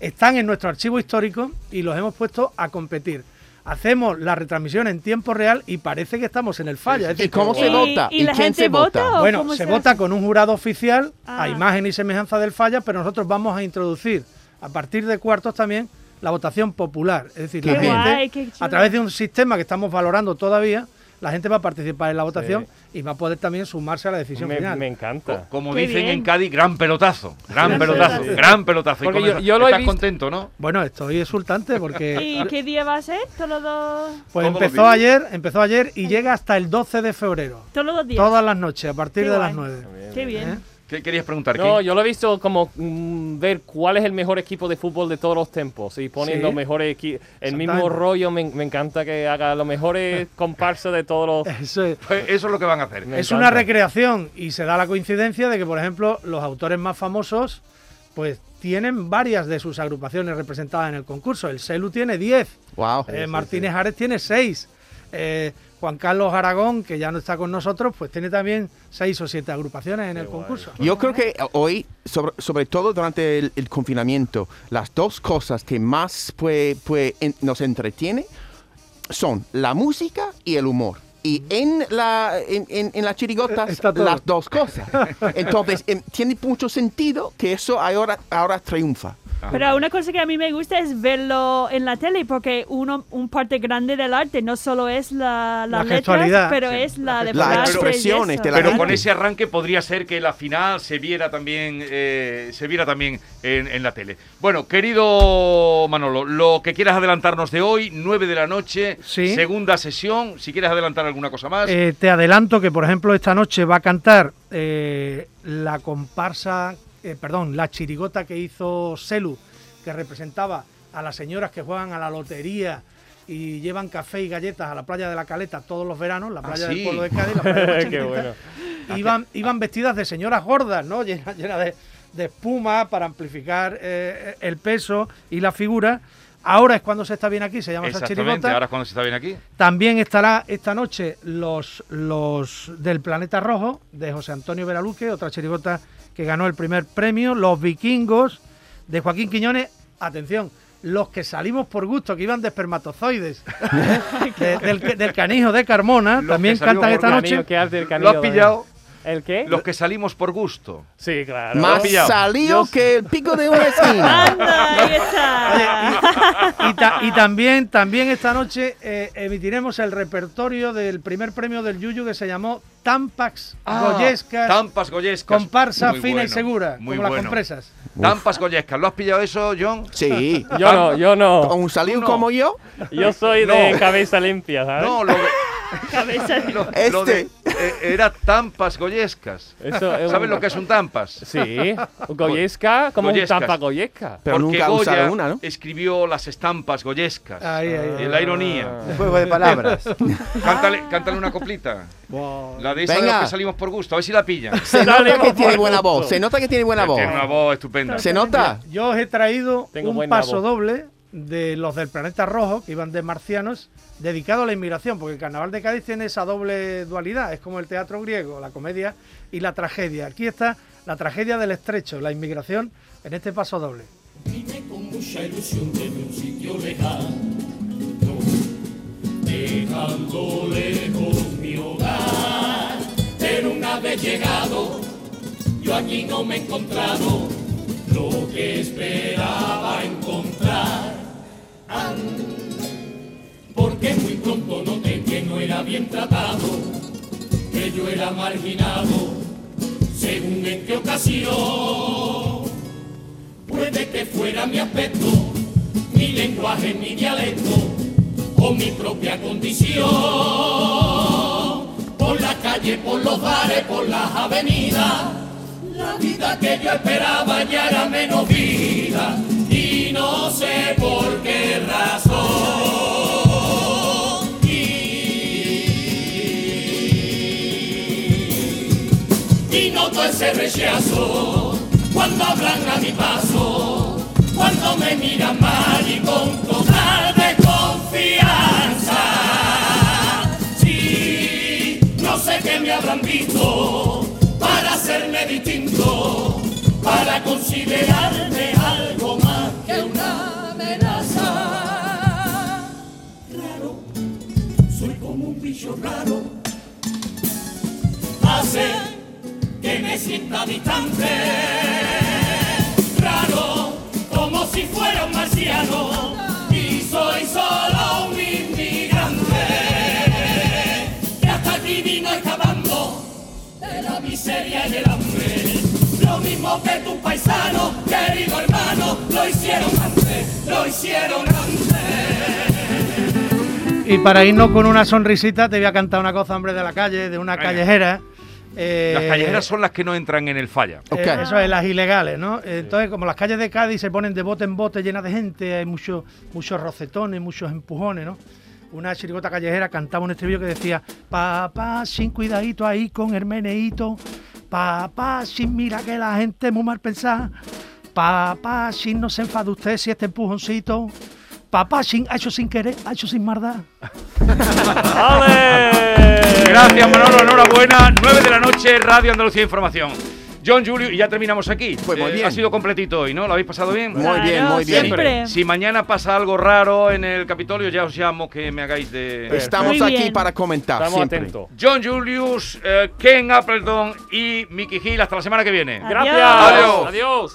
Speaker 8: Están en nuestro archivo histórico y los hemos puesto a competir. Hacemos la retransmisión en tiempo real y parece que estamos en el falla. Es
Speaker 4: ¿Y
Speaker 6: pues,
Speaker 8: decir,
Speaker 4: cómo se
Speaker 2: ¿Y-
Speaker 4: vota?
Speaker 2: y la gente vota?
Speaker 8: bueno,
Speaker 2: ¿Cómo
Speaker 8: se
Speaker 2: se
Speaker 8: vota
Speaker 2: hace?
Speaker 8: con un jurado oficial a
Speaker 2: Ah.
Speaker 8: imagen y semejanza del falla, pero nosotros vamos a introducir a partir de cuartos también la votación popular. Es decir,
Speaker 4: Qué
Speaker 8: la gente,
Speaker 2: guay, qué chulo.
Speaker 8: a través de un sistema que estamos valorando todavía, la gente va a participar en la votación y va a poder también sumarse a la decisión
Speaker 3: Me,
Speaker 8: final.
Speaker 3: me encanta.
Speaker 1: Como
Speaker 2: Qué
Speaker 1: dicen
Speaker 2: bien.
Speaker 1: en Cádiz, gran pelotazo. Gran
Speaker 3: Sí,
Speaker 1: pelotazo,
Speaker 3: sí, sí.
Speaker 1: gran pelotazo. Y
Speaker 3: Porque yo-
Speaker 1: comienza-
Speaker 3: yo lo he
Speaker 1: Estás
Speaker 3: visto-
Speaker 1: contento, ¿no?
Speaker 8: Bueno, estoy exultante
Speaker 2: ¿Y
Speaker 8: porque
Speaker 2: qué día va a ser? Todos los dos,
Speaker 8: pues
Speaker 1: Todos los
Speaker 8: empezó
Speaker 1: días.
Speaker 8: ayer, empezó ayer y llega hasta el 12 de febrero.
Speaker 2: todos los dos días.
Speaker 8: Todas las noches, a partir
Speaker 2: Qué
Speaker 8: de
Speaker 2: guay.
Speaker 8: las 9.
Speaker 2: Qué bien.
Speaker 8: ¿Eh?
Speaker 1: ¿Qué querías preguntar?
Speaker 3: No,
Speaker 1: Kim?
Speaker 3: yo lo he visto como mm, ver cuál es el mejor equipo de fútbol de todos los tiempos y ponen
Speaker 8: Sí.
Speaker 3: los mejores equipos. El mismo
Speaker 8: Exactamente.
Speaker 3: rollo me, me encanta que haga los mejores comparsas de todos los.
Speaker 8: Eso es.
Speaker 1: Pues Eso es lo que van a hacer.
Speaker 3: Me
Speaker 8: Es una
Speaker 3: encanta.
Speaker 8: recreación y se da la coincidencia de que, por ejemplo, los autores más famosos, pues tienen varias de sus agrupaciones representadas en el concurso. El Selu tiene 10,
Speaker 4: wow.
Speaker 8: eh, Martínez Ares tiene 6, eh, Juan Carlos Aragón, que ya no está con nosotros, pues tiene también 6 o 7 agrupaciones en el concurso.
Speaker 4: Yo creo que hoy, sobre, sobre todo durante el, el confinamiento, las dos cosas que más pues, pues, en- nos entretiene son la música y el humor. Y en la, en, en- en las chirigotas,
Speaker 8: Está todo.
Speaker 4: las dos cosas. Entonces, em, tiene mucho sentido que eso ahora, ahora triunfa.
Speaker 2: Pero una cosa que a mí me gusta es verlo en la tele, porque uno, un parte grande del arte no solo es la,
Speaker 8: La
Speaker 2: las letras,
Speaker 8: gestualidad.
Speaker 2: pero
Speaker 8: Sí.
Speaker 2: es la de
Speaker 4: Las
Speaker 2: frase y
Speaker 4: expresiones
Speaker 2: eso.
Speaker 4: de la
Speaker 1: Pero
Speaker 4: gente.
Speaker 1: con ese arranque podría ser que la final se viera también, eh, se viera también en, en la tele. Bueno, querido Manolo, lo que quieras adelantarnos de hoy, 9 de la noche,
Speaker 8: Sí.
Speaker 1: segunda sesión. Si quieres adelantar alguna cosa más,
Speaker 8: Eh, te adelanto que, por ejemplo, esta noche va a cantar eh, la comparsa, eh, perdón, la chirigota que hizo Selu, que representaba a las señoras que juegan a la lotería y llevan café y galletas a la playa de la Caleta todos los veranos, la
Speaker 1: Ah,
Speaker 8: playa
Speaker 1: sí.
Speaker 8: del pueblo de Cádiz, la playa más
Speaker 3: Qué
Speaker 8: chiquitita,
Speaker 3: bueno.
Speaker 8: Iban, iban vestidas de señoras gordas, ¿no? Llenas llena de, de espuma para amplificar eh, el peso y la figura. Ahora es cuando se está bien aquí, se llama esa
Speaker 1: exactamente.
Speaker 8: chirigota.
Speaker 1: Ahora es cuando se está bien aquí.
Speaker 8: También estará esta noche los, los del Planeta Rojo, de José Antonio Veraluque, otra chirigota que ganó el primer premio, Los Vikingos, de Joaquín Quiñones, atención,
Speaker 9: los que salimos por gusto, que iban de espermatozoides, ¿eh? de- del, del canijo de Carmona,
Speaker 1: que
Speaker 9: también
Speaker 1: salimos
Speaker 9: cantan
Speaker 1: por
Speaker 9: esta
Speaker 1: gusto.
Speaker 9: noche.
Speaker 3: Canijo, ¿qué hace el
Speaker 1: ¿Lo
Speaker 3: canijo,
Speaker 1: has pillado?
Speaker 3: ¿El
Speaker 4: Eh,
Speaker 3: qué?
Speaker 1: Los que salimos por gusto.
Speaker 3: Sí, claro.
Speaker 1: Lo has
Speaker 4: Más
Speaker 1: pillado.
Speaker 4: salido que el pico de una esquina.
Speaker 2: ¡Anda! Ahí está.
Speaker 9: Y, ta- y también, también esta noche eh, emitiremos el repertorio del primer premio del Yuyu que se llamó Tampax
Speaker 4: Ah,
Speaker 1: Ah,
Speaker 9: Goyescas,
Speaker 1: Tampas Goyescas.
Speaker 9: comparsa
Speaker 1: Muy
Speaker 9: fina y
Speaker 1: bueno,
Speaker 9: segura,
Speaker 1: muy
Speaker 9: como las
Speaker 1: bueno.
Speaker 9: compresas.
Speaker 1: Tampas Goyescas. ¿Lo has pillado eso, John?
Speaker 4: ¿Eh? Sí.
Speaker 3: Yo no, yo no.
Speaker 4: Con salido
Speaker 1: No.
Speaker 4: como yo,
Speaker 3: Yo soy de cabeza limpia, ¿sabes?
Speaker 1: No, lo de,
Speaker 2: Cabeza de-
Speaker 1: lo- lo de-
Speaker 4: Este.
Speaker 1: eh, era Tampas Goyescas.
Speaker 3: Eso es
Speaker 1: ¿Sabes
Speaker 3: un-
Speaker 1: lo que es un Tampas?
Speaker 3: Sí, Goyesca, como
Speaker 1: Goyescas.
Speaker 3: un tapa Goyesca.
Speaker 4: pero
Speaker 1: Porque
Speaker 4: nunca ha
Speaker 1: Goya
Speaker 4: usado una, ¿no?
Speaker 1: escribió las estampas goyescas.
Speaker 9: Ahí, ahí, ahí.
Speaker 1: Eh, la ironía.
Speaker 8: Un juego de palabras.
Speaker 1: Cántale, cántale una coplita. La de esa de
Speaker 4: Ah. Venga.
Speaker 1: los que salimos por gusto. A ver si la pilla.
Speaker 4: Se
Speaker 3: Dale,
Speaker 4: nota que
Speaker 3: vamos,
Speaker 4: tiene buena
Speaker 3: Alfonso.
Speaker 4: voz. Se nota que tiene buena voz.
Speaker 1: Tiene una voz estupenda.
Speaker 4: ¿Se nota?
Speaker 9: Yo os he traído
Speaker 3: Tengo
Speaker 9: un
Speaker 3: buena
Speaker 9: paso
Speaker 3: voz.
Speaker 9: doble de los del planeta rojo, que iban de marcianos, dedicado a la inmigración, porque el carnaval de Cádiz tiene esa doble dualidad, es como el teatro griego, la comedia y la tragedia. Aquí está la tragedia del estrecho, la inmigración, en este paso doble. Y para irnos con una sonrisita, te voy a cantar una cosa, hombre, de la calle, de una
Speaker 1: Venga.
Speaker 9: callejera. eh,
Speaker 1: Las callejeras son las que no entran en el falla.
Speaker 9: eh,
Speaker 4: Ok.
Speaker 9: Eso es, las ilegales, ¿no? Entonces, como las calles de Cádiz se ponen de bote en bote llenas de gente, hay muchos muchos rocetones, muchos empujones, ¿no? Una chirigota callejera cantaba un estribillo que decía, papá, sin cuidadito ahí con hermeneito, papá, sin mira que la gente es muy mal pensada, papá, sin no se enfade usted si este empujoncito, papá, sin, ha hecho sin querer, ha hecho sin maldad.
Speaker 3: ¡Ale!
Speaker 1: Gracias, Manolo. Enhorabuena. 9 de la noche, Radio Andalucía Información. John Julio, y ya terminamos aquí. Eh,
Speaker 4: Pues muy bien.
Speaker 1: Ha sido completito hoy, ¿no? ¿Lo habéis pasado bien?
Speaker 4: Muy bien,
Speaker 2: Claro,
Speaker 4: muy bien.
Speaker 2: Siempre.
Speaker 1: Si mañana pasa algo raro en el Capitolio, ya os llamo que me hagáis de.
Speaker 4: Estamos
Speaker 2: Muy
Speaker 4: aquí
Speaker 2: bien.
Speaker 4: para comentar
Speaker 3: Estamos
Speaker 4: siempre.
Speaker 3: atentos.
Speaker 1: John Julius, eh, Ken Appleton y Mickey Hill. Hasta la semana que viene.
Speaker 2: Adiós.
Speaker 3: Gracias.
Speaker 1: Adiós.
Speaker 3: Adiós.